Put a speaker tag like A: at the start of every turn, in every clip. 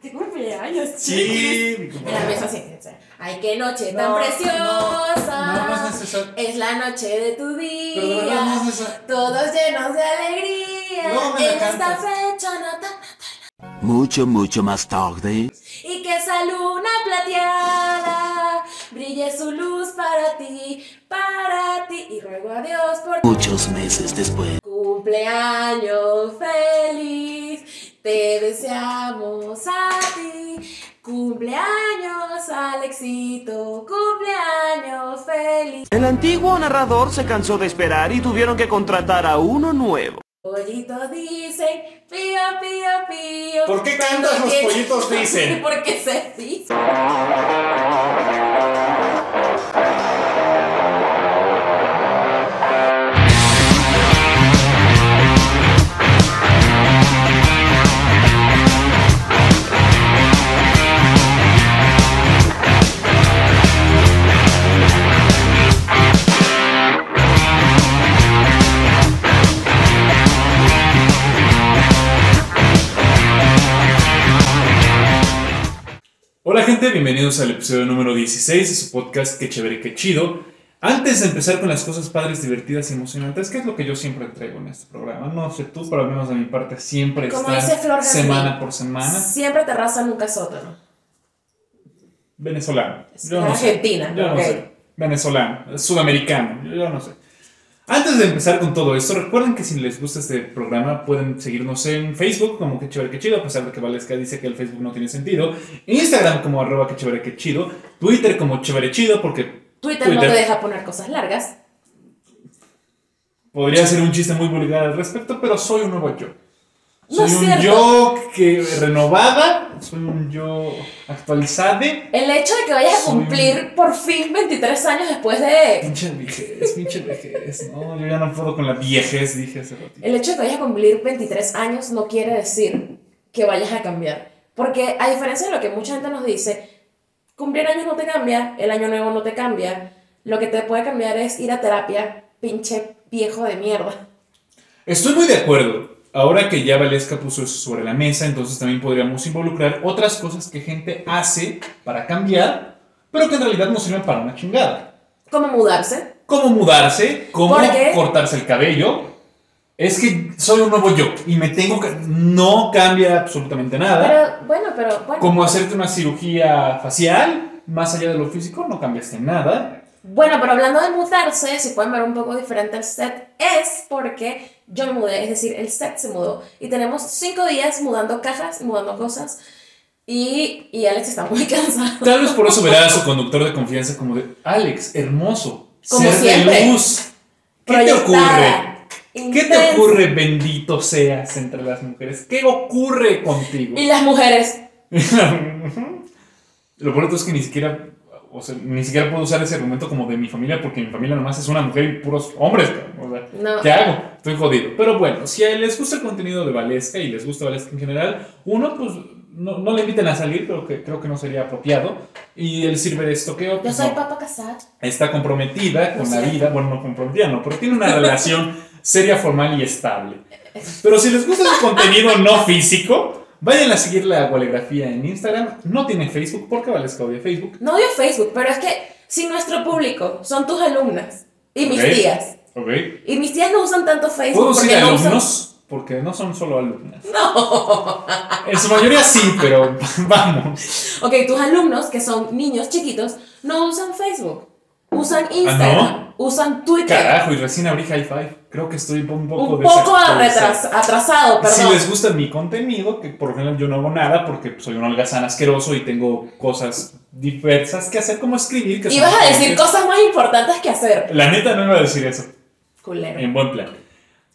A: Te cumpleaños,
B: Sí, mi
C: En la
B: cumpleaños.
C: mesa sí. o sea, Ay, qué noche
A: No,
C: tan
A: no,
C: preciosa.
B: No, no es necesario.
C: Es la noche de tu
B: Pero de verdad no es
C: día.
B: necesario.
C: Todos llenos de alegría.
B: No, me la
C: en esta
B: cantas.
C: fecha natal.
D: Mucho, mucho más tarde.
C: Y que esa luna plateada brille su luz para ti, para ti. Y ruego a Dios por tu
D: Muchos meses después.
C: cumpleaños feliz. Te deseamos a ti. Cumpleaños, Alexito. Cumpleaños feliz.
E: El antiguo narrador se cansó de esperar y tuvieron que contratar a uno nuevo.
C: Pollitos dicen, pío, pío, pío.
B: ¿Por qué cantas los
C: Porque-
B: pollitos dicen?
C: Porque se dice.
B: Hola gente, bienvenidos al episodio número 16 de su podcast Qué chévere, qué chido. Antes de empezar con las cosas padres, divertidas y emocionantes, que es lo que yo siempre traigo en este programa, no sé tú, pero al menos de mi parte siempre
C: Como
B: está
C: dice Flor Gasly.
B: semana por semana.
C: Siempre terraza, nunca sótano.
B: Venezolano.
C: Es
B: Yo no sé.
C: Argentina,
B: Yo no
C: ok.
B: sé. Venezolano, sudamericano, yo- yo no sé. Antes de empezar con todo esto, recuerden que si les gusta este programa pueden seguirnos en Facebook como que chévere que chido, a pesar de que Valesca dice que el Facebook no tiene sentido, Instagram como arroba que chévere que chido, Twitter como chévere chido porque
C: Twitter, no
B: Twitter.
C: te deja poner cosas largas.
B: podría ser un chiste muy vulgar al respecto, pero soy un nuevo yo.
C: No
B: Soy
C: es
B: un
C: cierto.
B: yo que renovada, soy un yo actualizado.
C: El hecho de que vayas a
B: Soy-
C: cumplir por fin 23 años después de.
B: Pinche vejez, pinche vejez. No, yo ya no puedo con la viejez, dije hace ratito.
C: El hecho de que vayas a cumplir 23 años no quiere decir que vayas a cambiar. Porque, a diferencia de lo que mucha gente nos dice, cumplir años no te cambia, el año nuevo no te cambia. Lo que te puede cambiar es ir a terapia, pinche viejo de mierda.
B: Estoy muy de acuerdo. Ahora que ya Valesca puso eso sobre la mesa, entonces también podríamos involucrar otras cosas que gente hace para cambiar, pero que en realidad no sirven para una chingada.
C: Como mudarse.
B: Como mudarse, como
C: ¿Por qué?
B: cortarse el cabello. Es que soy un nuevo yo y me tengo que... No cambia absolutamente nada.
C: Pero, bueno, pero, bueno.
B: Como hacerte una cirugía facial, más allá de lo físico, no cambiaste nada.
C: Bueno, pero hablando de mudarse, si pueden ver un poco diferente el set, es porque yo me mudé, es decir, el set se mudó. Y tenemos cinco días mudando cajas y mudando cosas. Y, y Alex está muy cansado.
B: Tal vez por eso verá a su conductor de confianza como de Alex, hermoso,
C: Como
B: ser de
C: siempre.
B: luz. ¿Qué te ocurre?
C: Proyectada,
B: ¿Qué te
C: intensa.
B: ocurre, bendito seas entre las mujeres? ¿Qué ocurre contigo?
C: Y las mujeres.
B: Lo bonito es que ni siquiera, o sea, ni siquiera puedo usar ese argumento como de mi familia, porque mi familia nomás es una mujer y puros hombres. cabrón. O sea,
C: No.
B: ¿Qué hago? Estoy jodido. Pero bueno, si a- les gusta el contenido de Valesca y les gusta Valesca en general, uno, pues no, no le inviten a salir, pero que creo que no sería apropiado. Y el sirve de estoqueo.
C: Yo
B: pues,
C: soy
B: no.
C: papa casada.
B: Está comprometida con
C: Lo
B: la
C: siento.
B: vida. Bueno, no comprometida, no, pero tiene una relación seria, formal y estable.
C: Eh,
B: Pero si les gusta su contenido no físico, vayan a seguir la gualegrafía en Instagram. No tiene Facebook, porque Valesca odia Facebook.
C: No odio Facebook, pero es que si nuestro público son tus alumnas y mis
B: Ok.
C: tías.
B: Ok.
C: Y mis tías no usan tanto Facebook.
B: ¿Puedo decir
C: porque no usan-
B: alumnos? Porque no son solo alumnas. No. En su mayoría sí, pero vamos.
C: Ok, tus alumnos, que son niños chiquitos, no usan Facebook. Usan Instagram, usan Twitter.
B: Ah, Carajo, y recién abrí High Five. Creo que estoy un poco
C: un poco
B: desactualizado.
C: atras- atrasado,
B: Si
C: perdón.
B: les gusta mi contenido, que por lo general yo no hago nada porque soy un holgazán asqueroso y tengo cosas diversas que hacer, como escribir. Que son
C: Ibas a decir
B: diferentes.
C: cosas más importantes que hacer.
B: La neta no iba a decir eso,
C: Culero.
B: en buen plan.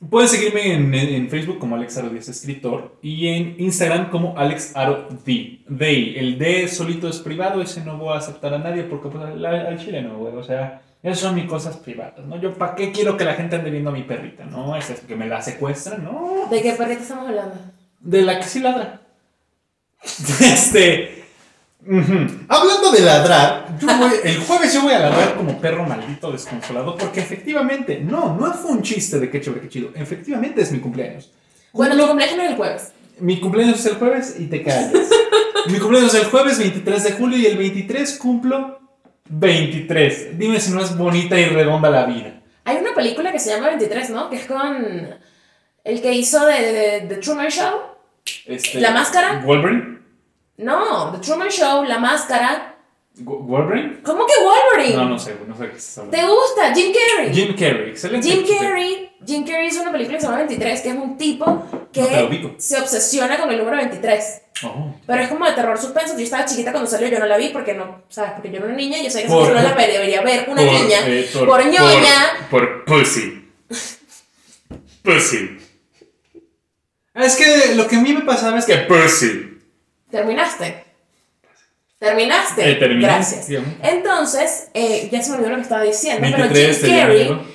B: Pueden seguirme en, en Facebook como Alex Aro 10 escritor y en Instagram como Alex Aro D. Dey. El D solito es privado, ese no voy a aceptar a nadie porque pues, al, al chile no, güey. O sea, esas son mis cosas privadas, ¿no? Yo, ¿para qué quiero que la gente ande viendo a mi perrita? No, es que me la secuestran, no.
C: ¿De qué perrito estamos hablando?
B: De la que sí ladra. Este. ujú. Hablando de ladrar, yo voy- el jueves yo voy a ladrar como perro maldito desconsolado porque efectivamente, no, no fue un chiste de qué chévere, qué chido. Efectivamente es mi cumpleaños.
C: Bueno, mi cumpleaños no es el jueves.
B: Mi cumpleaños es el jueves y te callas. Mi cumpleaños es el jueves 23 de julio y el 23 cumplo 23. Dime si no es bonita y redonda la vida.
C: Hay una película que se llama 23, ¿no? Que es con el que hizo de, de- de The Truman Show.
B: Este,
C: ¿La máscara?
B: ¿Wolverine?
C: No, The Truman Show, La Máscara.
B: Gu- ¿Wolverine?
C: ¿Cómo que Wolverine?
B: No, no sé, no sé de qué estás hablando.
C: ¿Te gusta? Jim Carrey. Jim,
B: Jim Carrey, excelente.
C: Carrey. Jim Carrey hizo una película que se llama 23, que es un tipo
B: No te lo
C: que
B: ubico.
C: se obsesiona con el número 23.
B: Oh.
C: Pero es como de terror suspenso. Yo estaba chiquita cuando salió, yo no la vi porque no, ¿sabes? Porque yo era una niña y yo sé que
B: Por-
C: si no la ve- debería ver una niña.
B: eh,
C: por, ñoña.
B: Por, por pussy. Pussy. Es que lo que a mí me pasaba es que pussy.
C: Terminaste. Terminaste.
B: Eh, terminé.
C: Gracias.
B: Digamos.
C: Entonces, eh, ya se me olvidó lo que estaba diciendo, pero
B: 23
C: Jim Carrey.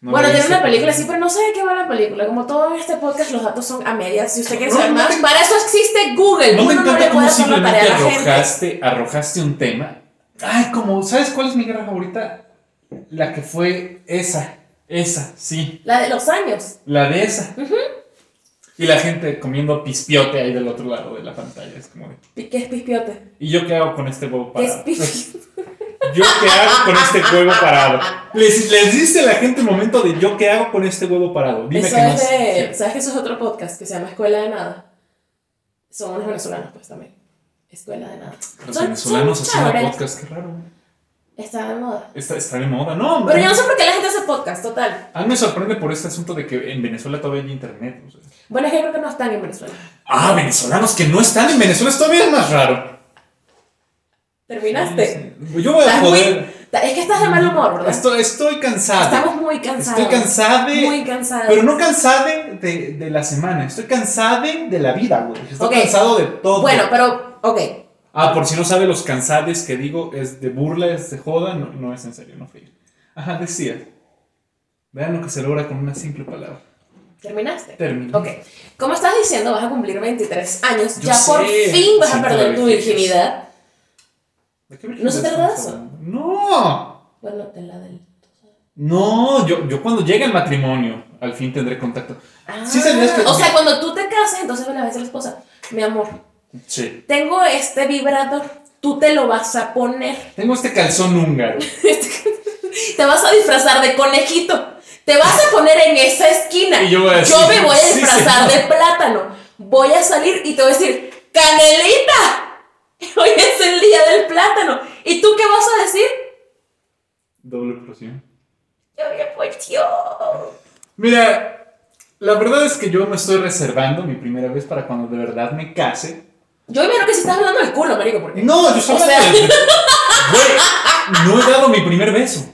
C: bueno, tiene una película así, pero no sé de qué va la película. Como todo en este podcast, los datos son a medias. Si usted quiere
B: No,
C: saber
B: no
C: más,
B: te-
C: para eso existe Google.
B: No me
C: Uno no
B: encanta
C: le puede
B: cómo
C: hacer la tarea
B: simplemente
C: a la gente.
B: arrojaste, arrojaste un tema. Ay, como, ¿sabes cuál es mi guerra favorita? La que fue esa. Esa, sí.
C: La de los años.
B: La de esa. Y la gente comiendo pispiote ahí del otro lado de la pantalla. Es como de,
C: ¿Qué es pispiote?
B: ¿Y yo qué hago con este huevo
C: ¿Qué
B: parado?
C: es pispiote?
B: ¿Yo qué hago con este huevo parado? Les, les dice a la gente el momento de yo qué hago con este huevo parado. Dime
C: Eso
B: que no.
C: es de-
B: sé.
C: ¿Sabes que eso es otro podcast que se llama Escuela de Nada? Son unos venezolanos, pues también. Escuela de Nada. Son-
B: Los
C: son
B: venezolanos haciendo
C: chéveres.
B: podcast, qué raro.
C: Está de moda.
B: Está, está de moda. No,
C: Pero
B: hombre.
C: yo no sé por qué la gente hace podcast, total.
B: A mí me sorprende por este asunto de que en Venezuela todavía hay internet. o sea.
C: Bueno, es que creo que no están en Venezuela.
B: Ah, venezolanos que no están en Venezuela es todavía más raro.
C: ¿Terminaste?
B: Yo voy a
C: Estás muy-
B: joder.
C: ta- Es que estás de mal humor, ¿verdad?
B: Estoy, estoy cansado.
C: Estamos muy cansados.
B: Estoy cansada.
C: Muy cansados.
B: Pero no cansada de, de la semana. Estoy cansada de la vida, güey. Estoy
C: Ok.
B: cansado de todo.
C: Bueno, pero, ok.
B: Ah, por si no sabe, los cansades que digo es de burla, es de joda, no, no es en serio, no fui. Ajá, decía. Vean lo que se logra con una simple palabra.
C: ¿Terminaste?
B: Terminé.
C: Ok. Como estás diciendo, vas a cumplir 23 años.
B: Yo
C: ya
B: sé.
C: por fin vas a
B: Siento
C: perder
B: la
C: tu
B: vejez.
C: virginidad.
B: ¿De qué
C: ¿No se
B: virginidad
C: trata de
B: estamos
C: eso?
B: hablando? No.
C: Bueno, te la del.
B: No, yo, yo cuando llegue el matrimonio, al fin tendré contacto.
C: Ah,
B: Sí sabías que-
C: O sea, cuando tú te casas, entonces ven a ver a la esposa. Mi amor,
B: Sí.
C: tengo este vibrador. Tú te lo vas a poner.
B: Tengo este calzón húngaro.
C: Te vas a disfrazar de conejito. Te vas a poner en esa esquina.
B: Y yo voy a decir,
C: me voy a
B: "Sí,
C: disfrazar
B: señor".
C: de plátano. Voy a salir y te voy a decir, Canelita, hoy es el día del plátano. ¿Y tú qué vas a decir?
B: Doble explosión.
C: Yo había puesto.
B: Mira, la verdad es que yo me estoy reservando mi primera vez para cuando de verdad me case.
C: Yo imagino que si estás hablando del culo, marico, porque.
B: No, yo solo.
C: O sea-
B: Güey, no he dado mi primer beso.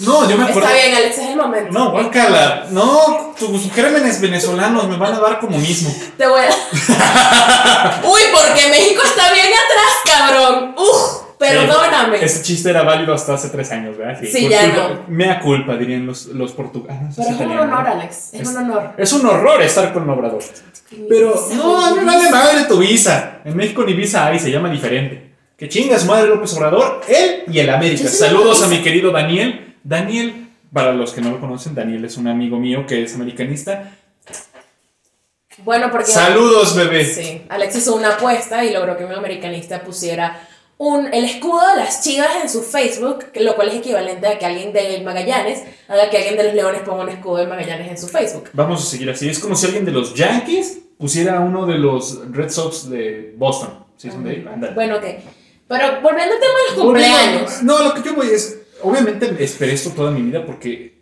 B: No, yo me acuerdo.
C: Está bien, Alex, es el momento.
B: No, guácala. No, tus gérmenes venezolanos me van a dar comunismo.
C: Te voy a. Uy, porque México está bien atrás, cabrón. Uf, perdóname.
B: Eh, Ese chiste era válido hasta hace tres años, ¿verdad?
C: Sí,
B: por
C: ya
B: culpa-
C: no.
B: Mea culpa, dirían los, los ah, portugueses.
C: Pero es un
B: italianos.
C: honor, Alex. Es un honor.
B: Es un horror estar con un obrador. Pero, no, a mí me vale madre tu visa. En México ni visa hay, se llama diferente. Que chingas, madre López Obrador, él y el América.
C: Yo sí tengo
B: Saludos a
C: visa.
B: mi querido Daniel. Daniel, para los que no lo conocen, Daniel es un amigo mío que es americanista.
C: Bueno, porque.
B: Saludos, bebé.
C: Sí, Alex hizo una apuesta y logró que un americanista pusiera un, el escudo de las chivas en su Facebook, que- lo cual es equivalente a que alguien del Magallanes haga que alguien de los Leones ponga un escudo del Magallanes en su Facebook.
B: Vamos a seguir así. Es como si alguien de los Yankees pusiera uno de los Red Sox de Boston. ¿Sí son de ahí? Ándale.
C: Bueno, ok. Pero volviendo al tema de los cumpleaños.
B: No, lo que yo voy es. Obviamente esperé esto toda mi vida porque.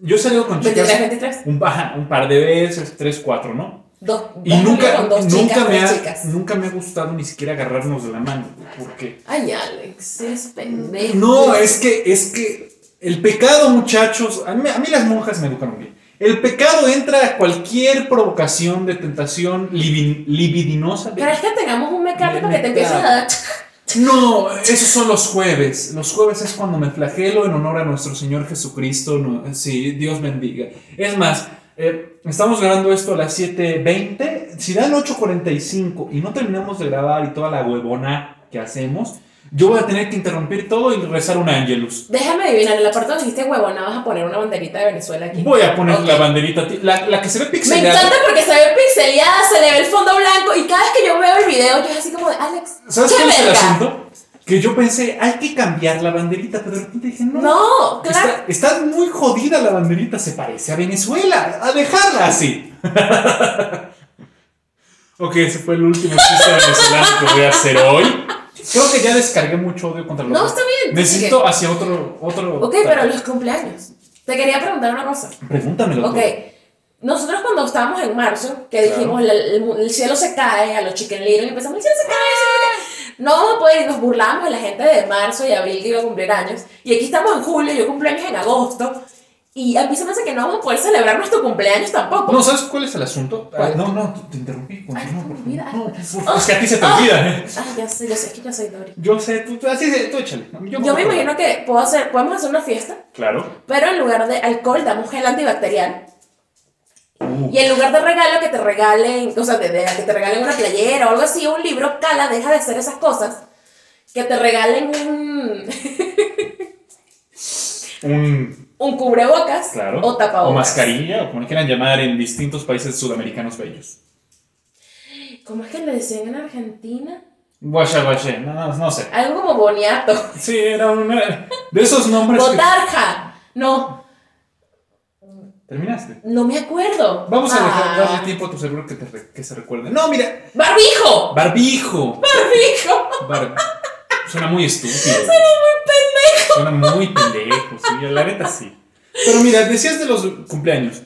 B: Yo he salido con chicas.
C: 23, 23.
B: Un, ajá, un par de veces, tres, cuatro, ¿no?
C: Dos,
B: Y
C: dos
B: nunca,
C: con dos
B: nunca,
C: chicas,
B: me
C: tres
B: ha,
C: chicas.
B: nunca me ha gustado ni siquiera agarrarnos de la mano. Porque.
C: Ay, Alex, eres pendejo.
B: No, es que, es que. El pecado, muchachos. A mí, a mí las monjas me educaron bien. El pecado entra a cualquier provocación de tentación libin- libidinosa. de-
C: ¿Crees que tengamos un mecánico que te empieces a dar?
B: No,
C: eh.
B: esos son los jueves. Los jueves es cuando me flagelo en honor a nuestro Señor Jesucristo. No, sí, Dios bendiga. Es más, eh, estamos grabando esto a las 7.20. Si dan 8.45 y no terminamos de grabar y toda la huevona que hacemos, yo voy a tener que interrumpir todo y rezar un ángelus.
C: Déjame adivinar, en la parte donde dijiste huevona vas a poner una banderita de Venezuela aquí.
B: Voy a poner
C: Ok.
B: la banderita, ti- la, la que se ve
C: Me
B: pixelada.
C: encanta porque se ve pixelada, se le ve el fondo blanco y cada vez que yo veo el video yo es así como de Alex.
B: ¿Sabes
C: ¡qué
B: cuál es el
C: verga!
B: asunto? Que yo pensé, hay que cambiar la banderita, pero de repente dije, no.
C: No, claro.
B: Está, está muy jodida la banderita, se parece a Venezuela. A dejarla así. ok, ese fue el último chiste venezolano que voy a hacer hoy. Creo que ya descargué mucho odio contra los
C: No,
B: dos.
C: está bien,
B: Necesito hacia otro. otro
C: Ok, pero los cumpleaños. Te quería preguntar una cosa.
B: Pregúntamelo.
C: Ok. Nosotros cuando estábamos en marzo, que dijimos la- el, mu- el cielo se cae a los chicken little y empezamos, el cielo se cae, el cielo se cae". No vamos a poder, y nos burlamos de la gente de marzo y abril que iba a cumplir años. Y aquí estamos en julio, yo cumplo años en agosto. Y a mí se me hace que no vamos a poder celebrar nuestro cumpleaños tampoco.
B: tú. No, ¿sabes cuál es el asunto? Ah,
C: ¿Cuál?
B: no, no, te- te interrumpí. continúa,
C: se me
B: por favor.
C: olvida.
B: No,
C: Ah.
B: por- es que a ti se te olvida. ¿eh?
C: Ay, ya sé, yo sé, es que yo soy Dory.
B: Yo sé, tú, tú- así se- tú échale. Yo,
C: Yo me imagino que puedo hacer, podemos hacer una fiesta,
B: Claro.
C: pero en lugar de alcohol damos gel antibacterial.
B: Uh.
C: Y en lugar de regalo que te regalen, o sea, de, de- que te regalen una playera o algo así, un libro, cala, deja de hacer esas cosas. Que te regalen un,
B: Un
C: un cubrebocas
B: Claro.
C: o tapabocas.
B: O mascarilla, o como le quieran llamar en distintos países sudamericanos bellos.
C: ¿Cómo es que le decían en Argentina?
B: Guacha, guache, no, no, no sé.
C: Algo como boniato.
B: Sí, era una. De esos nombres que.
C: Botarja. No,
B: Terminaste.
C: no me acuerdo.
B: Vamos a dejar
C: Ah.
B: darle tiempo a tu cerebro que, te re- que se recuerde. No, mira.
C: ¡Barbijo!
B: Barbijo.
C: ¡Barbijo!
B: Bar- Suena muy estúpido. Suena muy pendejo. Suena muy pendejo, sí, la neta sí. Pero mira, decías de los cumpleaños.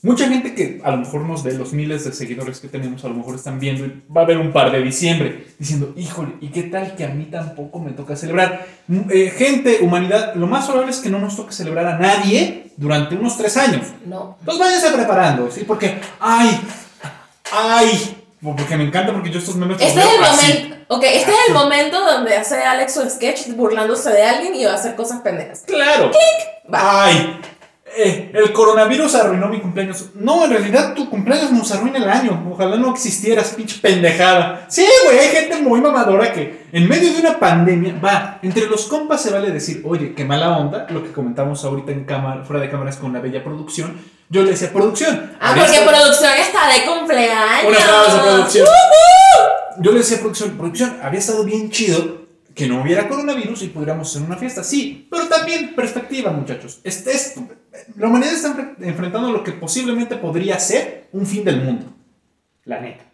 B: Mucha gente que a lo mejor nos ve, los miles de seguidores que tenemos, a lo mejor están viendo y va a haber un par de diciembre diciendo, híjole, ¿y qué tal que a mí tampoco me toca celebrar? Mm, eh, gente, humanidad, lo más probable es que no nos toque celebrar a nadie durante unos tres años.
C: No.
B: Entonces váyanse preparando, ¿sí? Porque, ay, ay, porque me encanta porque yo estos memes... los
C: Este es
B: veo
C: el
B: así.
C: momento. Ok, este es el momento donde hace Alex su sketch burlándose de alguien y va a hacer cosas pendejas.
B: Claro. Ah,
C: Va.
B: Ay, eh, el coronavirus arruinó mi cumpleaños. No, en realidad tu cumpleaños nos arruina el año. Ojalá no existieras, pinche pendejada. Sí, güey, hay gente muy mamadora que en medio de una pandemia, va, entre los compas se vale decir, oye, qué mala onda, lo que comentamos ahorita en cámara, fuera de cámaras con la bella producción. Yo le decía, producción.
C: Ah,
B: habría
C: porque
B: estado-
C: producción está de cumpleaños.
B: un aplauso, producción. Yo le decía a producción, producción, había estado bien chido que no hubiera coronavirus y pudiéramos hacer una fiesta. Sí, pero también perspectiva, muchachos. Este es, la humanidad está enfre- enfrentando lo que posiblemente podría ser un fin del mundo. La neta.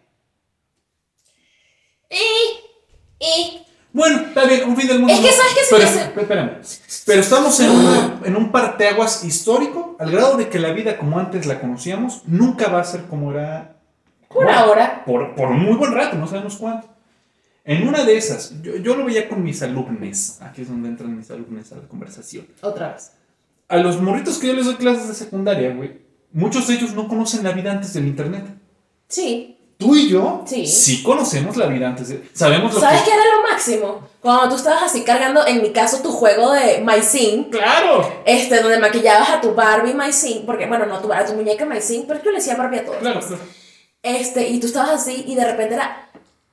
C: Y, y,
B: Bueno, está bien, un fin del mundo.
C: Es que, ¿sabes qué? Se
B: Pero,
C: me hace-
B: pe- espérame. Pero estamos en, un- en un parteaguas histórico, al grado de que la vida como antes la conocíamos nunca va a ser como era.
C: por
B: como-
C: ahora.
B: por, por un muy buen rato, no sabemos cuánto. En una de esas, yo, yo lo veía con mis alumnes, aquí es donde entran mis alumnes a la conversación.
C: Otra vez.
B: A los morritos que yo les doy clases de secundaria, güey, muchos de ellos no conocen la vida antes del internet.
C: Sí.
B: Tú y yo sí,
C: Sí.
B: conocemos la vida antes de... Sabemos lo
C: ¿Sabes
B: que...
C: qué era lo máximo? Cuando tú estabas así cargando, en mi caso, tu juego de My Sing,
B: ¡Claro!
C: este, donde maquillabas a tu Barbie My Sing, porque, bueno, no a tu, a tu muñeca My Sing, pero yo le decía Barbie a todos.
B: Claro, claro.
C: Este, y tú estabas así y de repente era.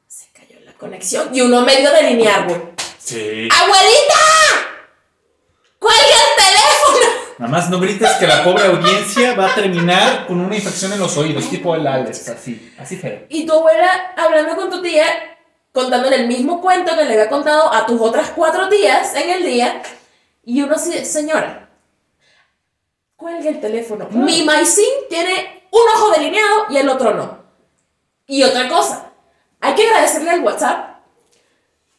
C: Se cayó la conexión y uno medio de linear, güey.
B: Sí.
C: ¡Abuelita! ¡Cuelga el teléfono!
B: Nada más no grites que la pobre audiencia va a terminar con una infección en los oídos, tipo el Alex, así, así feo.
C: Y tu abuela hablando con tu tía, contándole el mismo cuento que le había contado a tus otras cuatro tías en el día. Y uno así, de, señora, cuelga el teléfono. Mi maicín tiene un ojo delineado y el otro no. Y otra cosa, hay que agradecerle al WhatsApp.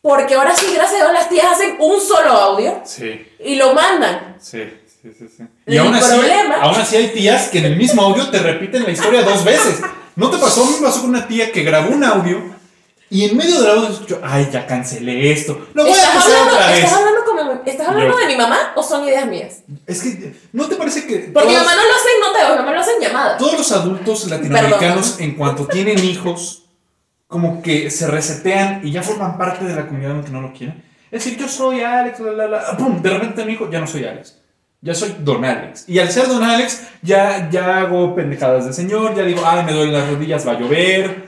C: Porque ahora sí, gracias a Dios, las tías hacen un solo audio
B: Sí.
C: y lo mandan.
B: Sí, sí, sí, sí.
C: Y
B: Y aún
C: el
B: así,
C: problema-
B: aún así hay tías que en el mismo audio te repiten la historia dos veces. ¿No te pasó? A mí me pasó con una tía que grabó un audio y en medio del audio escuchó, ay, ya cancelé esto. Lo voy a
C: ¿Estás
B: hacer
C: hablando,
B: otra vez.
C: estás hablando como- ¿estás hablando de mi mamá o son ideas mías?
B: Es que, ¿no te parece que
C: Porque mi
B: todos,
C: mamá no lo hace en nota, mi mamá lo hace en llamada.
B: todos los adultos latinoamericanos, en cuanto tienen hijos, como que se resetean y ya forman parte de la comunidad aunque no lo quieran? Es decir, yo soy Alex, la, la, la, pum, de repente mi hijo, ya no soy Alex. Ya soy Don Alex. Y al ser Don Alex, ya, ya hago pendejadas de señor, ya digo, ay, me duelen las rodillas, va a llover,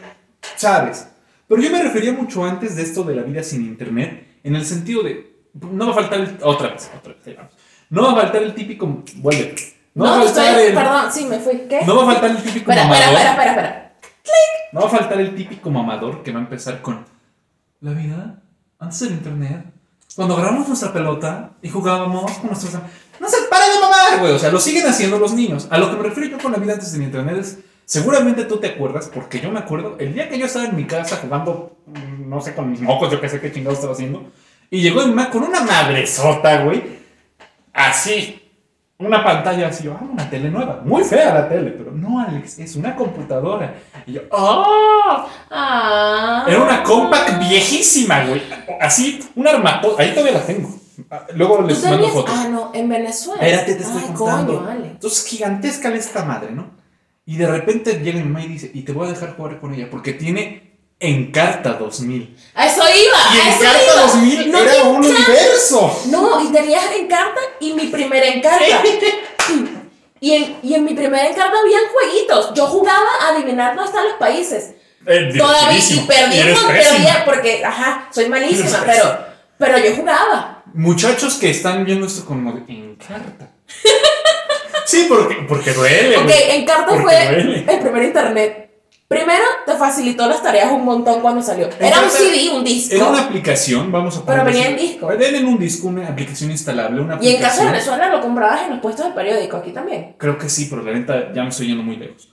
B: ¿sabes? Pero yo me refería mucho antes de esto de la vida sin internet, en el sentido de, no va a faltar el- otra vez, otra vez, ahí vamos. No va a faltar el típico, vuelve.
C: No,
B: va a
C: estoy,
B: faltar el,
C: perdón, sí, me fui. ¿Qué?
B: no va a faltar el típico
C: espera, espera,
B: mamador.
C: espera, espera, espera.
B: No va a faltar el típico mamador que va a empezar con la vida antes del internet. Cuando agarramos nuestra pelota y jugábamos con nuestros am- No se para de mamar, güey. O sea, lo siguen haciendo los niños. A lo que me refiero yo con la vida antes del internet es. Seguramente tú te acuerdas, porque yo me acuerdo, el día que yo estaba en mi casa jugando, mm, no sé, con mis mocos, yo qué sé qué chingados estaba haciendo, y llegó mi mamá con una madresota, güey, así, una pantalla así, ah, una tele nueva, muy fea la tele, pero no, Alex, es una computadora. Y yo, ¡ah!
C: Ah.
B: Era una compact viejísima, güey. Así, un armatoste. Ahí todavía la tengo. Ah, Luego
C: ¿Tú
B: les mando
C: tenías-
B: fotos.
C: Ah, no, en Venezuela.
B: Espérate, te estoy
C: Ay,
B: contando.
C: coño, vale.
B: Entonces, gigantesca de esta madre, ¿no? Y de repente llega mi mamá y dice, y te voy a dejar jugar con ella, porque tiene Encarta 2000.
C: A eso iba,
B: Y
C: a eso
B: Encarta
C: iba.
B: 2000
C: no,
B: era
C: te-
B: un universo.
C: no, y tenías Encarta y mi primera Encarta. Y en, y en mi primera Encarta habían jueguitos. Yo jugaba a adivinar dónde están los países.
B: Eh,
C: Todavía, y
B: divertidísimo.
C: perdí,
B: eres
C: con-
B: pésimo.
C: perdía, porque, ajá, soy malísima,
B: Eres pésimo.
C: pero, pero yo jugaba.
B: Muchachos que están viendo esto como de Encarta. sí, porque, porque duele.
C: Ok,
B: güey.
C: Encarta
B: Porque
C: fue
B: duele.
C: el primer internet. Primero, te facilitó las tareas un montón cuando salió. Era un
B: Encarta
C: CD, un disco.
B: Era una aplicación, vamos a
C: Pero
B: ponerlo
C: venía
B: así.
C: en disco.
B: Venía en un disco, una aplicación instalable, una
C: Y en caso de
B: aplicación.
C: Venezuela lo comprabas en los puestos del periódico, aquí también.
B: Creo que sí, pero la venta ya me estoy yendo muy lejos.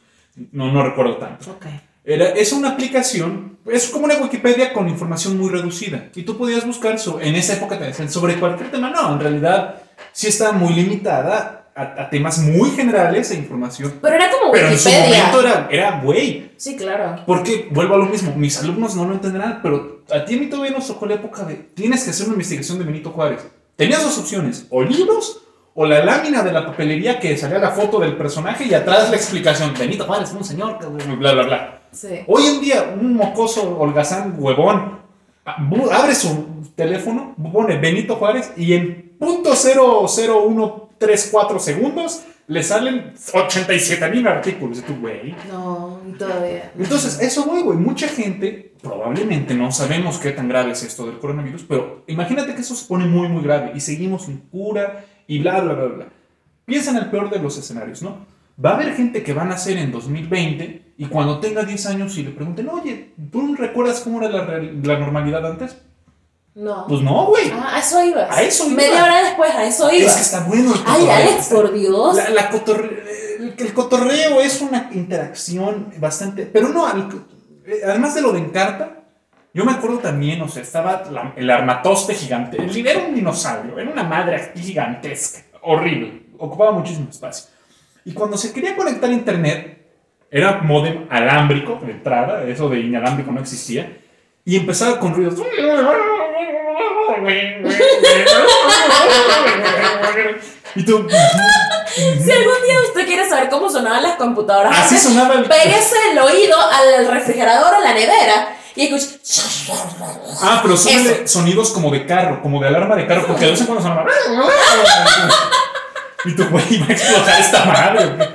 B: No, no recuerdo tanto.
C: Ok.
B: Era, es una aplicación, es como una Wikipedia con información muy reducida. Y tú podías buscar, so- en esa época te decían, sobre cualquier tema. No, en realidad sí está muy limitada a, a temas muy generales e información.
C: Pero era como
B: Pero en su
C: Wikipedia.
B: momento era, era güey.
C: Sí, claro.
B: Porque vuelvo a lo mismo, mis alumnos no lo entenderán, pero a ti a mí todavía nos tocó la época de tienes que hacer una investigación de Benito Juárez. Tenías dos opciones, o libros o la lámina de la papelería que salía la foto del personaje y atrás la explicación. Benito Juárez fue un señor, que bla, bla, bla, bla.
C: Sí.
B: Hoy en día, un mocoso holgazán huevón a- bu- abre su teléfono, pone Benito Juárez y en .00134 segundos le salen 87 mil artículos. Y tú, güey...
C: No, todavía.
B: Entonces, eso voy, güey. Mucha gente, probablemente no sabemos qué tan grave es esto del coronavirus, pero imagínate que eso se pone muy, muy grave y seguimos sin cura y bla, bla, bla, bla. Piensa en el peor de los escenarios, ¿no? Va a haber gente que va a nacer en 2020 y cuando tenga 10 años y le pregunten, oye, ¿tú no recuerdas cómo era la, real- la normalidad antes?
C: No.
B: Pues no, güey.
C: Ah, a eso ibas.
B: A eso iba.
C: Media hora después, a eso
B: Es
C: ibas.
B: que está bueno. el
C: Ay,
B: cotorreo.
C: Alex, por Dios.
B: La, la cotorre- el, el cotorreo es una interacción bastante. Pero no, al- eh, además de lo de Encarta, yo me acuerdo también, o sea, estaba la- el armatoste gigante. El, era un dinosaurio, era una madre aquí gigantesca, horrible, ocupaba muchísimo espacio. Y cuando se quería conectar a internet, era modem alámbrico de entrada, eso de inalámbrico no existía, y empezaba con ruidos. Y tú,
C: Si algún día usted quiere saber cómo sonaban las computadoras,
B: Así
C: antes,
B: sonaba el-
C: Pégase el oído al refrigerador, a la nevera, y escuche.
B: Ah, pero súbele
C: Eso.
B: sonidos como de carro, como de alarma de carro, porque de vez en cuando sonaba. Y tu güey va a explotar esta madre. güey.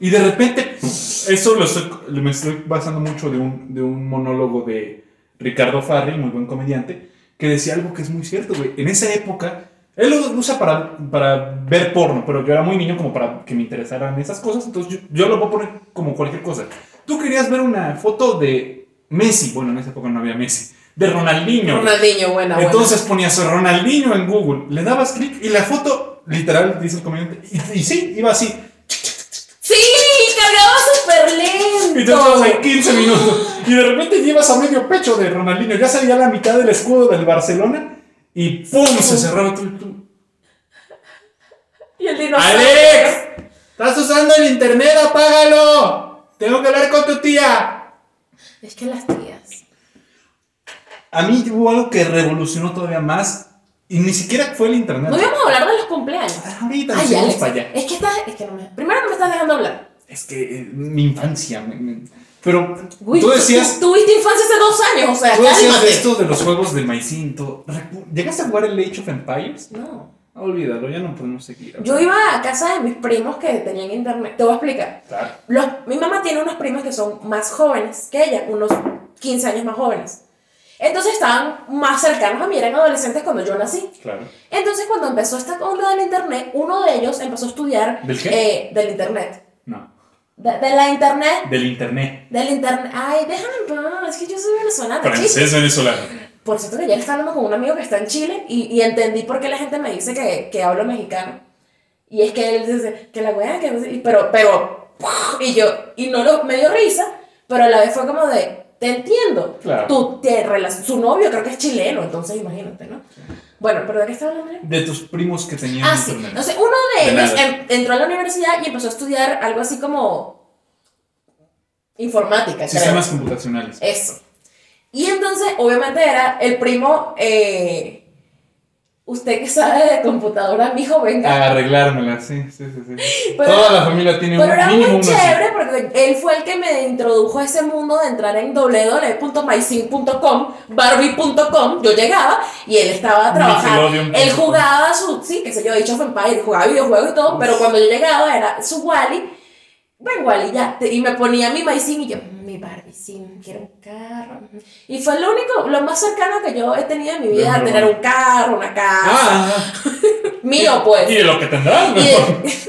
B: Y de repente, eso lo estoy, me estoy basando mucho de un, de un monólogo de Ricardo Farri, muy buen comediante, que decía algo que es muy cierto, güey. En esa época, él lo usa para, para ver porno, pero yo era muy niño como para que me interesaran esas cosas, entonces yo, yo lo voy a poner como cualquier cosa. Tú querías ver una foto de Messi, bueno, en esa época no había Messi, de Ronaldinho.
C: Ronaldinho, buena, buena.
B: Entonces ponías a Ronaldinho en Google, le dabas clic y la foto, literal, dice el comediante, y, y sí, iba así.
C: Sí, cargaba súper
B: Y te estabas ahí
C: lento.
B: 15 minutos. Y de repente llevas a medio pecho de Ronaldinho, ya salía la mitad del escudo del Barcelona y ¡pum! Se cerraba tú. tú.
C: Y el dinosaurio.
B: ¡Alex! ¡Estás usando el internet! ¡Apágalo! ¡Tengo que hablar con tu tía!
C: Es que las tías.
B: A mí hubo algo que revolucionó todavía más y ni siquiera fue el internet.
C: No íbamos a hablar de los cumpleaños.
B: Ahorita nos
C: Ay,
B: vamos
C: Alex,
B: para allá.
C: es que estás, es que no me, primero no me estás dejando hablar.
B: Es que eh, mi infancia. me- me- pero
C: Güey,
B: tú decías,
C: tú- tuviste infancia hace dos años, o sea,
B: tú decías de
C: cálmate.
B: esto de los juegos de Maicinto. ¿Llegaste a jugar el Age of Empires?
C: No.
B: Ah, Olvídalo, ya no podemos seguir.
C: Yo iba a casa de mis primos que tenían internet. Te voy a explicar.
B: Claro.
C: Los, mi mamá tiene unos primos que son más jóvenes que ella, unos 15 años más jóvenes. Entonces estaban más cercanos a mí, eran adolescentes cuando yo nací.
B: Claro.
C: Entonces cuando empezó esta onda del internet, uno de ellos empezó a estudiar
B: ¿Del qué?
C: eh, del internet.
B: No.
C: De, de la internet.
B: del internet.
C: Del internet. Ay, déjame en paz, es que yo soy venezolana.
B: Francés
C: chis.
B: venezolano.
C: Por cierto, que ya estaba hablando con un amigo que está en Chile y, y entendí por qué la gente me dice que, que hablo mexicano. Y es que él dice que la weá, que no sé, y- pero, pero, y yo, y no lo, me dio risa, pero a la vez fue como de, te entiendo.
B: Claro.
C: Tú te relac- su novio creo que es chileno, entonces imagínate, ¿no? Bueno, pero ¿de qué estaba hablando?
B: De tus primos que tenían
C: Ah, sí.
B: internet.
C: No sé, uno de
B: De
C: ellos
B: nada.
C: em- entró a la universidad y empezó a estudiar algo así como informática. creo.
B: Sistemas computacionales.
C: Eso. Y entonces, obviamente, era el primo. eh, usted que sabe de computadora, mijo, venga.
B: Arreglármela, sí, sí, sí. sí.
C: Pero-
B: Toda la familia tiene
C: Pero
B: un
C: era muy
B: mínimo uno así.
C: chévere porque él fue el que me introdujo a ese mundo de entrar en www.mysyn.com, barbie.com. Yo llegaba y él estaba trabajando.
B: Nickelodeon.
C: Él jugaba su, sí, qué sé yo, Age of Empires, jugaba videojuegos y todo, pero cuando yo llegaba era su Wally. Ven, Wally, ya. te- y me ponía mi MySyn y yo, mi Barbie, sí, quiero un carro. Y fue lo único, lo más cercano que yo he tenido en mi vida, a
B: Bien,
C: tener
B: normal.
C: un carro, una casa.
B: Ah, ah, ah.
C: Mío, pues.
B: Y de lo que tendrás,
C: Y
B: mejor.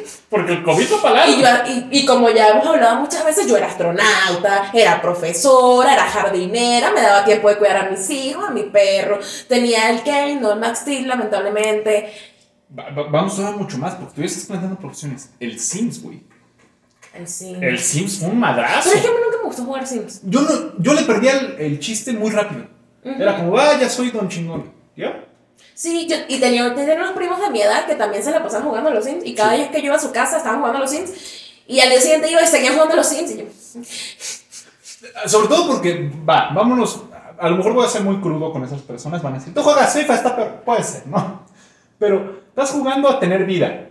B: Porque el COVID lo pagaron.
C: Y, yo, y, y como ya hemos hablado muchas veces, yo era astronauta, era profesora, era jardinera, me daba tiempo de cuidar a mis hijos, a mi perro. Tenía el Kane, no el Max Steel, lamentablemente.
B: Va- va- vamos a hablar mucho más, porque tú ya estás planteando profesiones. El Sims, güey.
C: El Sims.
B: El Sims fue un madrazo.
C: Pero es que a mí nunca me gustó jugar Sims.
B: Yo, no, yo le perdía el, el chiste muy rápido. Era como, ah, ya soy don chingón. ¿Ya?
C: Sí, yo, y tenía, tenía unos primos de mi edad que también se la pasaban jugando a los Sims. Y cada vez que yo iba a su casa estaban jugando a los Sims. Y al día siguiente iba y seguían jugando a los Sims. Y yo,
B: Sobre todo porque, va, vámonos. A lo mejor voy a ser muy crudo con esas personas. Van a decir, tú juegas FIFA, está peor. Puede ser, ¿no? Pero estás jugando a tener vida.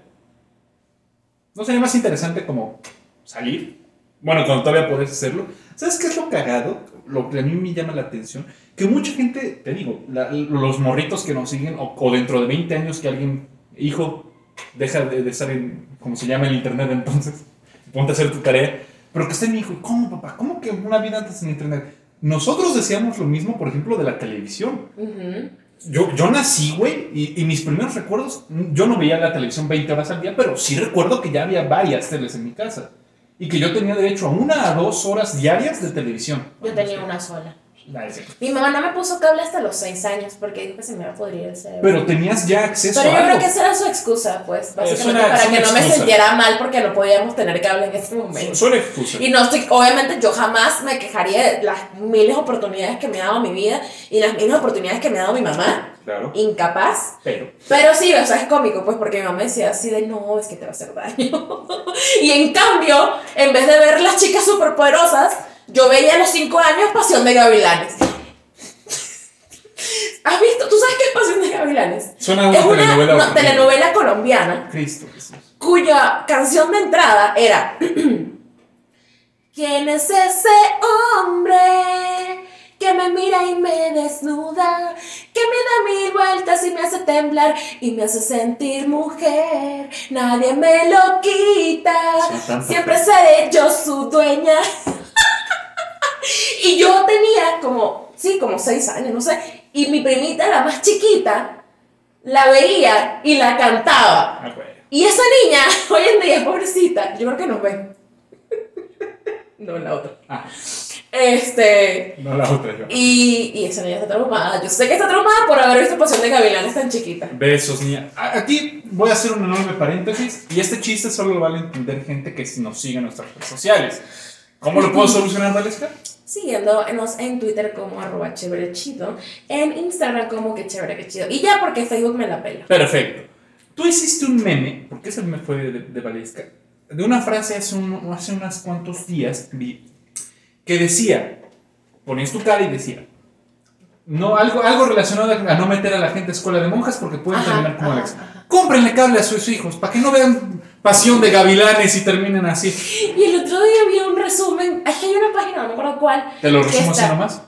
B: ¿No sería más interesante como salir? Bueno, cuando todavía podés hacerlo. ¿Sabes qué es lo cagado? Lo que a mí me llama la atención. Que mucha gente, te digo, la- los morritos que nos siguen, o, o dentro de 20 años que alguien, hijo, deja de, de estar en, como se llama el internet entonces, ponte a hacer tu tarea. Pero que esté mi hijo, ¿cómo papá? ¿Cómo que una vida antes en internet? Nosotros decíamos lo mismo, por ejemplo, de la televisión.
C: ujú.
B: Yo, yo nací, güey, y, y mis primeros recuerdos, mm, yo no veía la televisión 20 horas al día, pero sí recuerdo que ya había varias teles en mi casa. Y que yo tenía derecho a una a dos horas diarias de televisión.
C: yo tenía una sola.
B: La de-
C: Mi mamá no me puso cable hasta los 6 años porque dijo que se me iba a podrir el cerebro.
B: Pero tenías ya acceso
C: Pero
B: a
C: yo creo
B: algo.
C: que esa era su excusa, pues, básicamente,
B: una-
C: para
B: es una
C: que no me
B: excusa.
C: sintiera mal porque no podíamos tener cable en ese
B: Su-
C: momento.
B: Suena excusa.
C: Y no estoy, obviamente yo jamás me quejaría de las miles de oportunidades que me ha dado mi vida y las miles de oportunidades que me ha dado mi mamá,
B: Claro.
C: incapaz.
B: Pero.
C: Pero sí, o sea, es cómico, pues, porque mi mamá decía así de, no, es que te va a hacer daño. y en cambio, en vez de ver las chicas superpoderosas, yo veía a los 5 años Pasión de Gavilanes. ¿Has visto? ¿Tú sabes qué es Pasión de Gavilanes?
B: Suena a una
C: es una
B: telenovela
C: no,
B: horrible.
C: telenovela colombiana
B: Cristo Jesús.
C: cuya canción de entrada era ¿Quién es ese hombre que me mira y me desnuda? Que me da mil vueltas y me hace temblar y me hace sentir mujer. Nadie me lo
B: Son
C: quita.
B: tantas
C: Siempre seré yo su dueña. y yo tenía como, sí, como seis años, no sé. Y mi primita, la más chiquita, la veía y la cantaba.
B: Ah, güey.
C: Y esa niña, hoy en día, pobrecita, yo creo que nos ve. No, la otra.
B: Ah,
C: Este.
B: no la otra yo.
C: Y, y esa niña está traumada. Yo sé que está traumada por haber visto Pasión de Gavilanes tan chiquita.
B: Besos, niña. A- Aquí voy a hacer un enorme paréntesis y este chiste solo lo vale entender gente que nos sigue en nuestras redes sociales. ¿Cómo lo puedo solucionar, Valesca?
C: Siguiéndonos en Twitter como arroba chévere chido, en Instagram como que chévere que chido. Y ya porque Facebook me la pela.
B: Perfecto. Tú hiciste un meme, porque ese meme fue de, de Valesca, de una frase hace, un- hace unos cuantos días vi, que decía, ponías tu cara y decía, no, algo, algo relacionado a no meter a la gente a escuela de monjas porque pueden
C: Ajá,
B: terminar como
C: ajá,
B: Alex.
C: ajá.
B: Cómprenle cable a sus hijos para que no vean pasión de gavilanes y terminen así.
C: Y el otro día vi un resumen. Es que hay una página, no me acuerdo cuál.
B: ¿Te lo
C: que
B: resumo así
C: está-
B: nomás?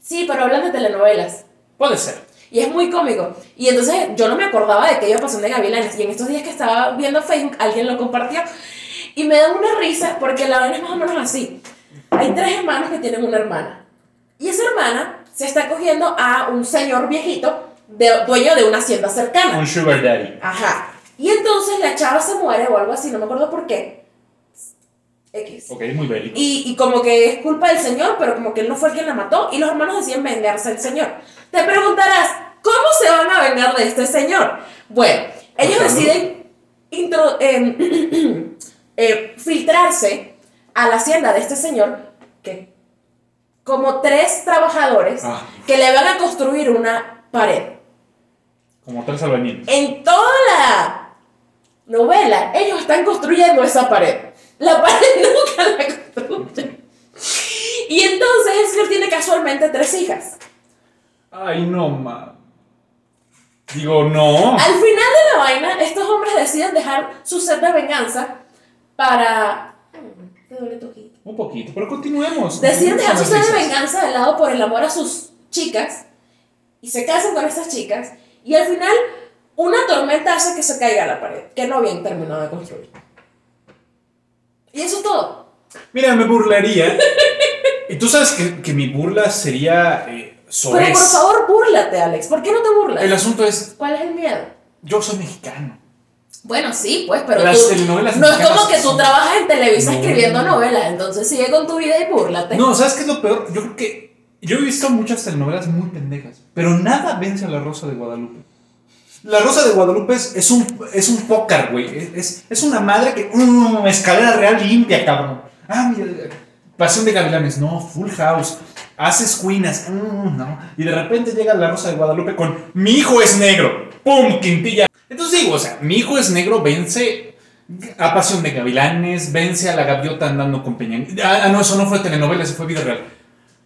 C: Sí, pero hablan de telenovelas.
B: Puede ser.
C: Y es muy cómico. Y entonces yo no me acordaba de que iba Pasión de Gavilanes. Y en estos días que estaba viendo Facebook, alguien lo compartió. Y me da una risa porque la verdad es más o menos así. Hay tres hermanos que tienen una hermana. Y esa hermana se está cogiendo a un señor viejito, de- dueño de una hacienda cercana.
B: Un sugar daddy.
C: Ajá. Y entonces la chava se muere o algo así, no me acuerdo por qué. X.
B: Ok, muy bélico.
C: Y, y como que es culpa del señor, pero como que él no fue el quien la mató y los hermanos deciden vengarse del señor. Te preguntarás, ¿cómo se van a vengar de este señor? Bueno, ellos
B: Ajá.
C: deciden intro- em, eh, filtrarse a la hacienda de este señor, que como tres trabajadores
B: Ah.
C: que le van a construir una pared.
B: Como tres albañiles.
C: En toda la novela, ellos están construyendo esa pared. La pared nunca la construyen. Y entonces el señor tiene casualmente tres hijas.
B: Ay, no, ma. Digo, no.
C: Al final de la vaina, estos hombres deciden dejar su sed de venganza para... Te duele tu ojito.
B: Un poquito, pero continuemos.
C: Deciden
B: Continuemos
C: dejar su
B: con
C: sed
B: las
C: de
B: risas.
C: venganza de lado por el amor a sus chicas y se casan con estas chicas y al final una tormenta hace que se caiga la pared que no habían terminado de construir. Y eso es todo.
B: Mira, me burlaría. y tú sabes que, que mi burla sería eh, soez.
C: Pero por favor, búrlate, Alex. ¿Por qué no te burlas?
B: El asunto es,
C: ¿Cuál es el miedo?
B: yo soy mexicano.
C: Bueno, sí, pues, pero
B: Las
C: tú-
B: telenovelas
C: no es
B: mexicanas
C: como que tú
B: son-
C: trabajas en Televisa
B: No.
C: escribiendo novelas, entonces sigue con tu vida y búrlate.
B: No, ¿sabes qué es lo peor? Yo creo que yo he visto muchas telenovelas muy pendejas, pero nada vence a La Rosa de Guadalupe. La Rosa de Guadalupe es, es un, es un pócar, güey. Es, es- es una madre que... mm, escalera real limpia, cabrón. Ah, mira. Pasión de Gavilanes, no, Full House. Haces cuinas, mm, no. Y de repente llega La Rosa de Guadalupe con Mi hijo es negro. ¡Pum! Quintilla. Entonces digo, o sea, Mi hijo es negro vence a Pasión de Gavilanes, vence a la gaviota andando con Peña. Ah, ah, no, eso no fue telenovela, eso fue vida real.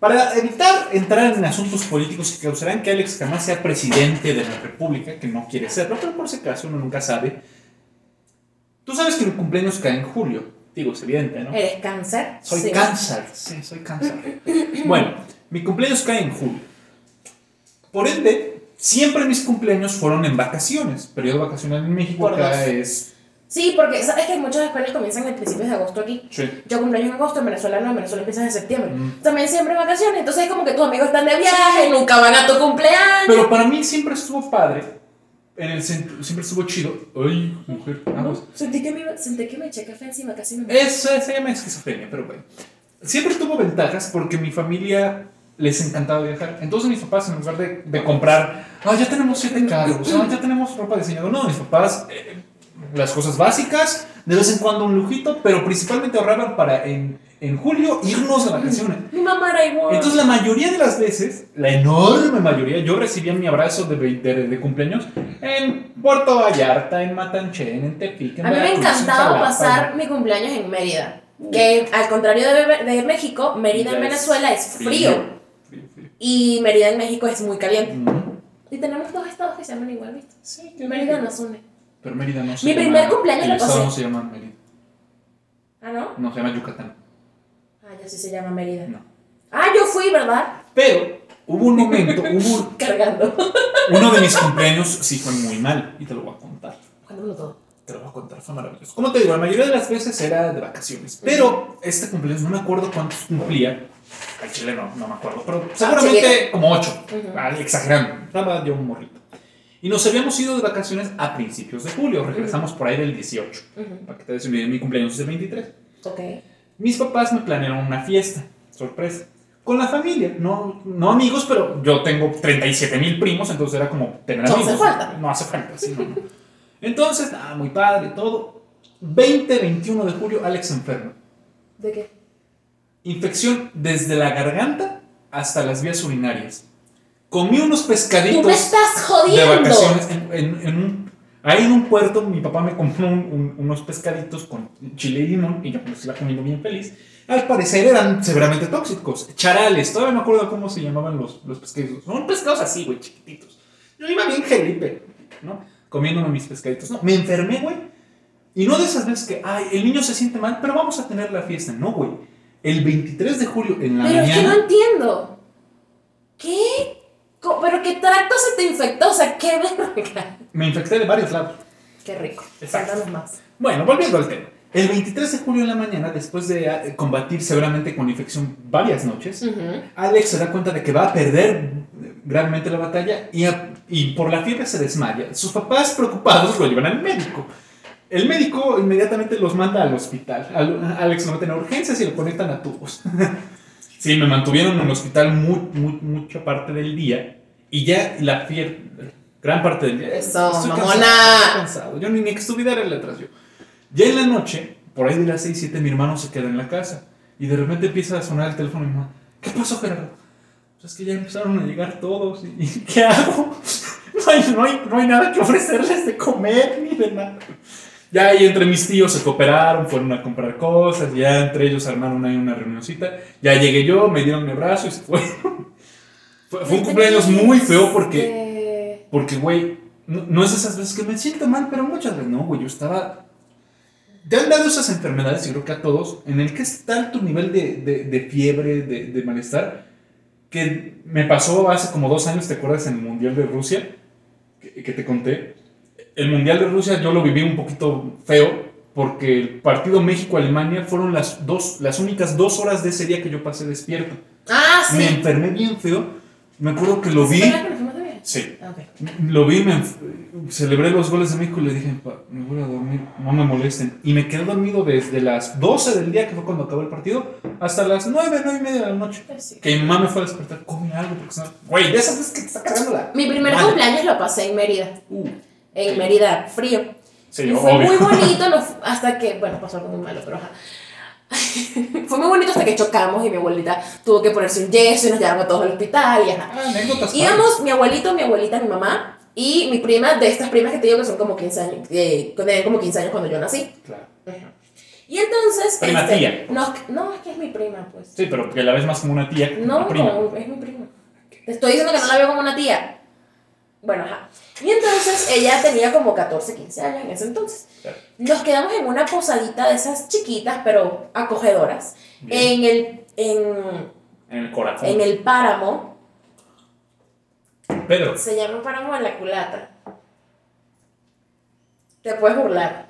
B: Para evitar entrar en asuntos políticos que causarán que Alex jamás sea presidente de la República, que no quiere serlo, pero por si acaso uno nunca sabe. Tú sabes que mi cumpleaños cae en julio. Digo, es evidente, ¿no?
C: ¿Eres cáncer?
B: Soy
C: Sí.
B: cáncer. Sí, soy cáncer. bueno, mi cumpleaños cae en julio. Por ende, siempre mis cumpleaños fueron en vacaciones. Periodo vacacional en México
C: Por
B: acá
C: dos.
B: es.
C: Sí, porque sabes que muchas escuelas comienzan en principios de agosto aquí.
B: Sí.
C: Yo cumpleaños en agosto, en Venezuela no, en Venezuela empiezas en septiembre.
B: Mm.
C: También siempre vacaciones, entonces es como que tus amigos están de viaje, nunca van a tu cumpleaños.
B: Pero para mí siempre estuvo padre. En el centro, siempre estuvo chido. Ay, mujer,
C: No,
B: aguas.
C: sentí que me iba- sentí que me eché café encima, casi me muero.
B: Eso se llama esquizofrenia, pero bueno. Siempre tuvo ventajas porque mi familia les encantaba viajar. Entonces mis papás, en lugar de, de comprar, ah, ya tenemos siete carros, ah, ya tenemos ropa de diseñador. No, mis papás, eh, las cosas básicas, de vez en cuando un lujito, pero principalmente ahorraban para en, en julio irnos de vacaciones.
C: Mi mamá era igual.
B: Eh. Entonces la mayoría de las veces, la enorme mayoría, yo recibía mi abrazo de, ve- de- de cumpleaños en Puerto Vallarta, en Matanchen, en Tepic. En
C: a mí me
B: Veracruz, en
C: encantaba
B: Jalapa,
C: pasar mi cumpleaños en Mérida. Que al contrario de, de México, Mérida en
B: Ya es
C: Venezuela es frío.
B: Frío, frío.
C: Y Mérida en México es muy caliente.
B: Ujú.
C: Y tenemos dos estados que se llaman igual, ¿viste?
B: Sí, qué
C: Mérida
B: rico.
C: nos une.
B: Pero Mérida no se
C: Mi
B: llama-
C: primer cumpleaños
B: el
C: lo
B: estado
C: pasé.
B: no se llama Mérida.
C: ¿Ah, no?
B: No, se llama Yucatán.
C: Ah, yo sí se llama Mérida.
B: No.
C: Ah, yo fui, ¿verdad?
B: Pero hubo un momento, hubo
C: Cargando.
B: uno de mis cumpleaños sí fue muy mal. Y te lo voy a contar.
C: Cuéntamelo todo.
B: Te lo voy a contar, fue maravilloso. Como te digo, la mayoría de las veces era de vacaciones. Pero este cumpleaños no me acuerdo cuántos cumplía. Al chile no, no me acuerdo. Pero seguramente
C: chiquito.
B: como ocho.
C: Ujú.
B: al- Exagerando. Estaba yo un morrito. Y nos habíamos ido de vacaciones a principios de julio. Regresamos por ahí del 18.
C: Ujú.
B: Para que te des una idea, mi cumpleaños es el 23.
C: Ok.
B: Mis papás me planearon una fiesta, sorpresa, con la familia, no, no amigos, pero yo tengo 37 mil primos, entonces era como tener
C: No hace
B: amigos.
C: falta.
B: No hace falta, sí, no, no. Entonces, nada, muy padre, todo. 20, 21 de julio, Alex enfermo.
C: ¿De qué?
B: Infección desde la garganta hasta las vías urinarias. Comí unos pescaditos
C: ¡Tú me estás
B: de
C: jodiendo!
B: vacaciones en, en- en un- ahí en un puerto mi papá me compró un- un- unos pescaditos con chile y limón y yo me los iba comiendo bien feliz al parecer eran severamente tóxicos charales todavía no me acuerdo cómo se llamaban los, los pescaditos son pescados así güey chiquititos yo iba bien gelipe no comiéndome mis pescaditos no me enfermé güey y no de esas veces que ay el niño se siente mal pero vamos a tener la fiesta no güey el 23 de julio en la
C: Pero es que
B: mañana
C: no entiendo. ¿Qué? Co- ¿Pero qué tracto se te infectó? O sea, qué verga.
B: me infecté de varios lados
C: Qué rico.
B: Exacto.
C: Cuéntanos más.
B: Bueno, volviendo al tema. El 23 de julio en la mañana, después de eh, combatir seguramente con infección varias noches, Alex se da cuenta de que va a perder eh, gravemente la batalla y, a- y por la fiebre se desmaya. Sus papás preocupados lo llevan al médico. El médico inmediatamente los manda al hospital. Al- a Alex lo meten a urgencias y lo conectan a tubos. sí, me mantuvieron en el hospital mu- mu- mucha parte del día. Y ya la fiebre, gran parte del día.
C: Eso,
B: Estoy
C: mamona.
B: cansado, estoy cansado. Yo ni, ni que estuviera era letras yo. Ya en la noche, por ahí de las 6, 7, mi hermano se queda en la casa. Y de repente empieza a sonar el teléfono y mi mamá, ¿qué pasó, Gerardo? Pues es que ya empezaron a llegar todos. ¿Y y qué hago? No hay, no hay- no hay nada que ofrecerles de comer ni de nada. Ya ahí entre mis tíos se cooperaron, fueron a comprar cosas, ya entre ellos armaron ahí una reunioncita. Ya llegué yo, me dieron mi abrazo y se fueron. Fue, fue un cumpleaños muy feo porque...
C: Este,
B: Porque, güey, no, no es esas veces que me siento mal, pero muchas veces no, güey. Yo estaba. Te han dado esas enfermedades, yo creo que a todos, en el que está tu nivel de, de- de fiebre, de, de malestar, que me pasó hace como dos años, ¿te acuerdas? En el Mundial de Rusia, que, que te conté. El Mundial de Rusia yo lo viví un poquito feo, porque el partido México-Alemania fueron las, dos, las únicas dos horas de ese día que yo pasé despierto.
C: Ah,
B: Me
C: sí.
B: enfermé bien feo, me acuerdo que lo
C: ¿Sí
B: vi.
C: fue la que nos fuimos de viaje?
B: Sí,
C: Ah, ok.
B: lo vi, me enf- celebré los goles de México y le dije, "Pa, me voy a dormir, no me molesten. Y me quedé dormido desde las 12 del día, que fue cuando acabó el partido, hasta las 9, 9 y media de la noche.
C: Pues sí.
B: Que mi mamá me fue a despertar, come algo, porque se- Güey, de esas veces que te está cagando la...
C: Mi primer
B: Madre.
C: cumpleaños lo pasé en Mérida.
B: Uh,
C: En Mérida, frío.
B: sí,
C: Y fue
B: obvio.
C: muy bonito nos- hasta que, bueno, pasó algo muy malo, pero ajá. fue muy bonito hasta que chocamos y mi abuelita tuvo que ponerse un yeso y nos llevaron a todos al hospital y ajá.
B: Ah, anécdotas. padres.
C: Íbamos mi abuelito, mi abuelita, mi mamá y mi prima, de estas primas que te digo que son como 15 años, eh, que tenían como 15 años cuando yo nací.
B: Claro.
C: Y entonces...
B: Prima
C: este,
B: tía. pues.
C: nos- no, es que es mi prima, pues.
B: Sí, pero que la ves más como una tía que
C: No,
B: una prima.
C: no, es mi prima. Te estoy diciendo que no la veo como una tía. Bueno, ajá. Y entonces ella tenía como 14, 15 años en ese entonces.
B: Claro.
C: Nos quedamos en una posadita de esas chiquitas, pero acogedoras. En
B: Bien. Ah.
C: el, en,
B: En el corazón.
C: en el páramo.
B: Pedro.
C: Se llama páramo de la culata. Te puedes burlar.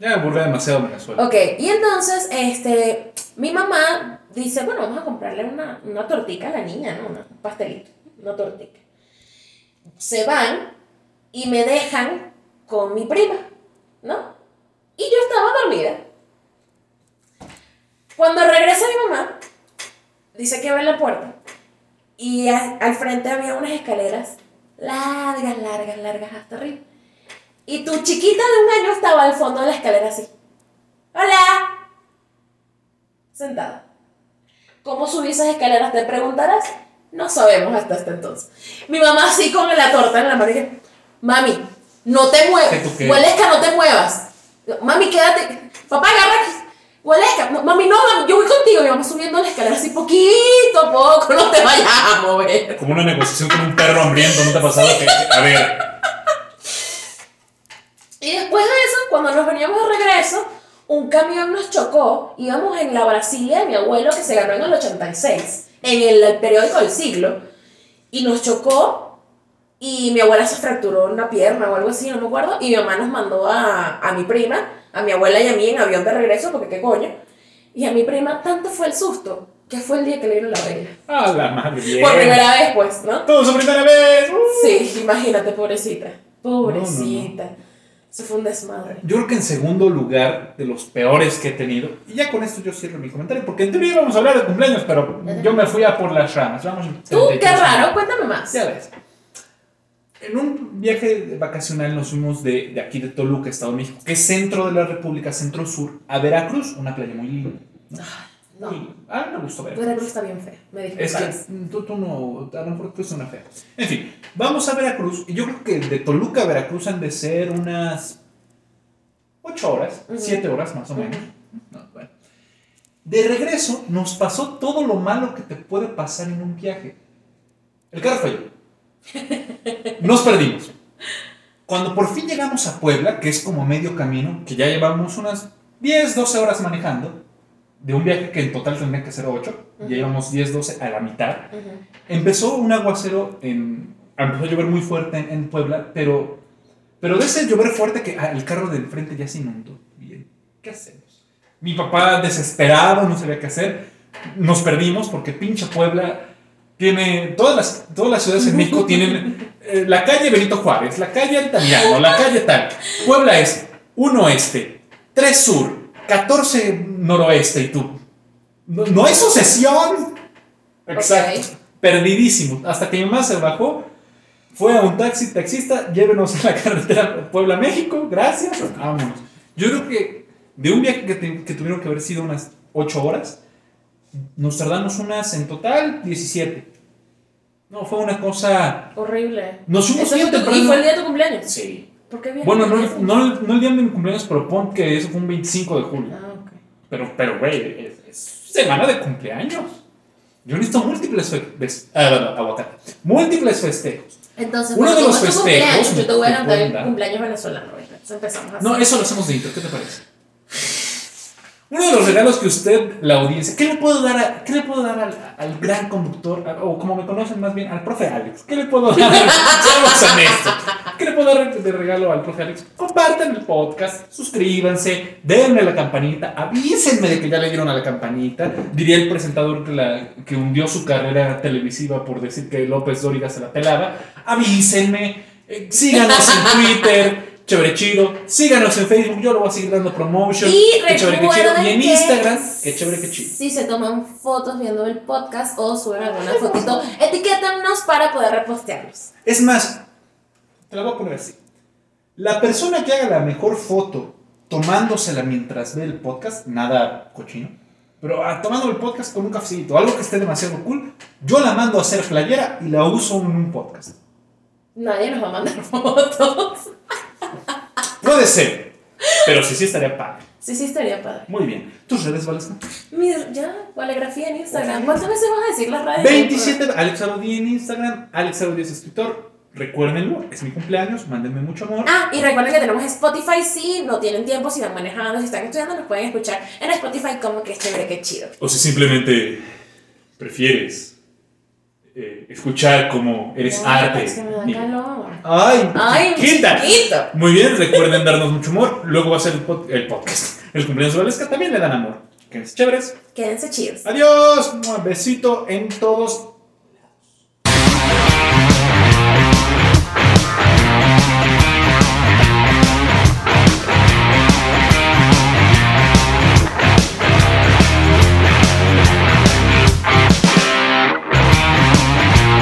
B: Ya me burlé demasiado Venezuela.
C: Ok, y entonces, este, mi mamá dice, bueno, vamos a comprarle una, una tortica a la niña, ¿no? Una- un pastelito, una tortica. Se van y me dejan con mi prima, ¿no? Y yo estaba dormida. Cuando regresa mi mamá, dice que abre la puerta y a- al frente había unas escaleras largas, largas, largas hasta arriba. Y tu chiquita de un año estaba al fondo de la escalera así. ¡Hola! Sentada. ¿Cómo subí esas escaleras? Te preguntarás. No sabemos hasta este entonces. Mi mamá así con la torta en la mano y dije, mami, no te
B: ¿Qué tú
C: muevas.
B: qué?
C: Huelesca, no te muevas. Mami, quédate. Papá, agarra. Huelesca. No, mami, no, mami, yo voy contigo. Mi mamá subiendo la escalera así poquito a poco. No te vayas a mover.
B: Como una negociación con un perro hambriento, ¿no te ha pasado? Que, que- a ver,
C: Y después de eso, cuando nos veníamos de regreso, un camión nos chocó. Íbamos en la Brasilia de mi abuelo que se ganó en el 86, en el, periódico del siglo. Y nos chocó y mi abuela se fracturó una pierna o algo así, no me acuerdo. Y mi mamá nos mandó a, a mi prima, a mi abuela y a mí en avión de regreso, porque qué coño. Y a mi prima tanto fue el susto que fue el día que le dieron la regla.
B: a la madre. bien.
C: Por primera vez, pues, ¿no?
B: Todo su primera vez. Uh.
C: Sí, imagínate, pobrecita. Pobrecita. Eso fue un desmadre.
B: Yo creo que en segundo lugar, de los peores que he tenido, y ya con esto yo cierro mi comentario, porque en teoría íbamos a hablar de cumpleaños, pero yo me fui a por las ramas. Vamos en
C: Tú,
B: 33
C: qué raro, pues.
B: minutos.
C: cuéntame más.
B: Ya ves. En un viaje vacacional nos fuimos de, de aquí de Toluca, Estado de México, que es centro de la República, centro sur, a Veracruz, una playa muy linda.
C: No,
B: Muy- ah, me gustó Veracruz.
C: Veracruz está bien fea. Me dijo.
B: Es que mm, tú, tú no, a lo mejor tú eres una fea. En fin, vamos a Veracruz. Y yo creo que de Toluca a Veracruz han de ser unas 8 horas,
C: Ujú.
B: 7 horas más o menos. No, bueno. De regreso nos pasó todo lo malo que te puede pasar en un viaje. El carro falló. Nos perdimos. Cuando por fin llegamos a Puebla, que es como medio camino, que ya llevamos unas 10, 12 horas manejando, de un viaje que en total tendría que ser 8,
C: Ujú.
B: ya llevamos 10, 12 a la mitad, empezó un aguacero en... Empezó a llover muy fuerte en, en Puebla, pero, pero de ese llover fuerte que ah, el carro del frente ya se inundó. Bien, ¿qué hacemos? Mi papá desesperado, no sabía qué hacer. Nos perdimos porque pinche Puebla tiene... Todas las, todas las ciudades en México tienen eh, la calle Benito Juárez, la calle Altamirano, la calle tal. Puebla es 1 oeste, 3 sur, 14 noroeste y tú. No, no es sucesión. Exacto. Perdidísimo. Hasta que mi mamá se bajó, fue a un taxi, taxista, llévenos a la carretera Puebla-México, gracias. Vámonos. Yo creo que de un viaje que, te- que tuvieron que haber sido unas 8 horas, nos tardamos unas en total 17. No, fue una cosa...
C: Horrible.
B: Nos fuimos
C: Eso
B: bien
C: fue tu-
B: temprano.
C: ¿Y fue el día de tu cumpleaños?
B: Sí.
C: ¿Por qué bien?
B: Bueno, no, no, el- no el día de mi cumpleaños, pero pon que eso fue un 25 de julio.
C: Ah, ok.
B: Pero, pero, güey, es, es semana de cumpleaños. Yo necesito múltiples fe- ves- ah, bueno, aguacate. Múltiples festejos.
C: Entonces,
B: Uno de
C: como
B: los
C: es tu
B: festejos
C: cumpleaños,
B: me-
C: Yo te voy
B: te
C: a cantar
B: pueden
C: el
B: dar.
C: cumpleaños venezolano. ¿verdad? Entonces empezamos así.
B: No, eso lo hacemos de intro. ¿Qué te parece? Uno de los regalos que usted, la audiencia, ¿qué le puedo dar, a- qué le puedo dar al, al gran conductor, a- o como me conocen más bien, al profe Alex? ¿Qué le puedo dar? Seamos honestos. ¿Qué le puedo dar de regalo al profe Alex? Compartan el podcast, suscríbanse, denle a la campanita, avísenme de que ya le dieron a la campanita. Diría el presentador que, la, que hundió su carrera televisiva por decir que López Dóriga se la pelaba. Avísenme, eh, síganos en Twitter. Chévere chido. Síganos en Facebook. Yo lo voy a seguir dando promotion.
C: Y
B: Qué chévere, qué chido.
C: recuerden
B: Y en
C: que-
B: Instagram, qué chévere, qué chido.
C: Si se toman fotos viendo el podcast o suben alguna fotito, etiquétanos para poder repostearlos.
B: Es más, te la voy a poner así. La persona que haga la mejor foto tomándosela mientras ve el podcast, nada cochino, pero ah, tomando el podcast con un cafecito, algo que esté demasiado cool, yo la mando a hacer playera y la uso en un podcast.
C: Nadie nos va a mandar fotos.
B: Puede ser, pero sí, sí estaría padre.
C: Sí, sí, estaría padre.
B: Muy bien. ¿Tus redes, Valesca?
C: Mira, ya, valegrafía en Instagram. ¿Cuántas veces vas a decir las redes?
B: 27, Alex Arodi en Instagram, Alex Arodi es escritor. Recuérdenlo, es mi cumpleaños, mándenme mucho amor.
C: Ah, y recuerden que tenemos Spotify. Si no tienen tiempo, si van manejando, si están estudiando, nos pueden escuchar en Spotify como que este es chévere, que chido.
B: O si simplemente prefieres eh, escuchar como eres
C: Ay,
B: arte.
C: Es que me da
B: Ni-
C: calor.
B: Ay,
C: Ay,
B: chiquita.
C: chiquito.
B: Muy bien, recuerden darnos mucho amor. Luego va a ser el, pod- el podcast. El cumpleaños de Valesca también le dan amor. Que es chéveres.
C: Quédense chidos.
B: Adiós. Mua, Besito en todos.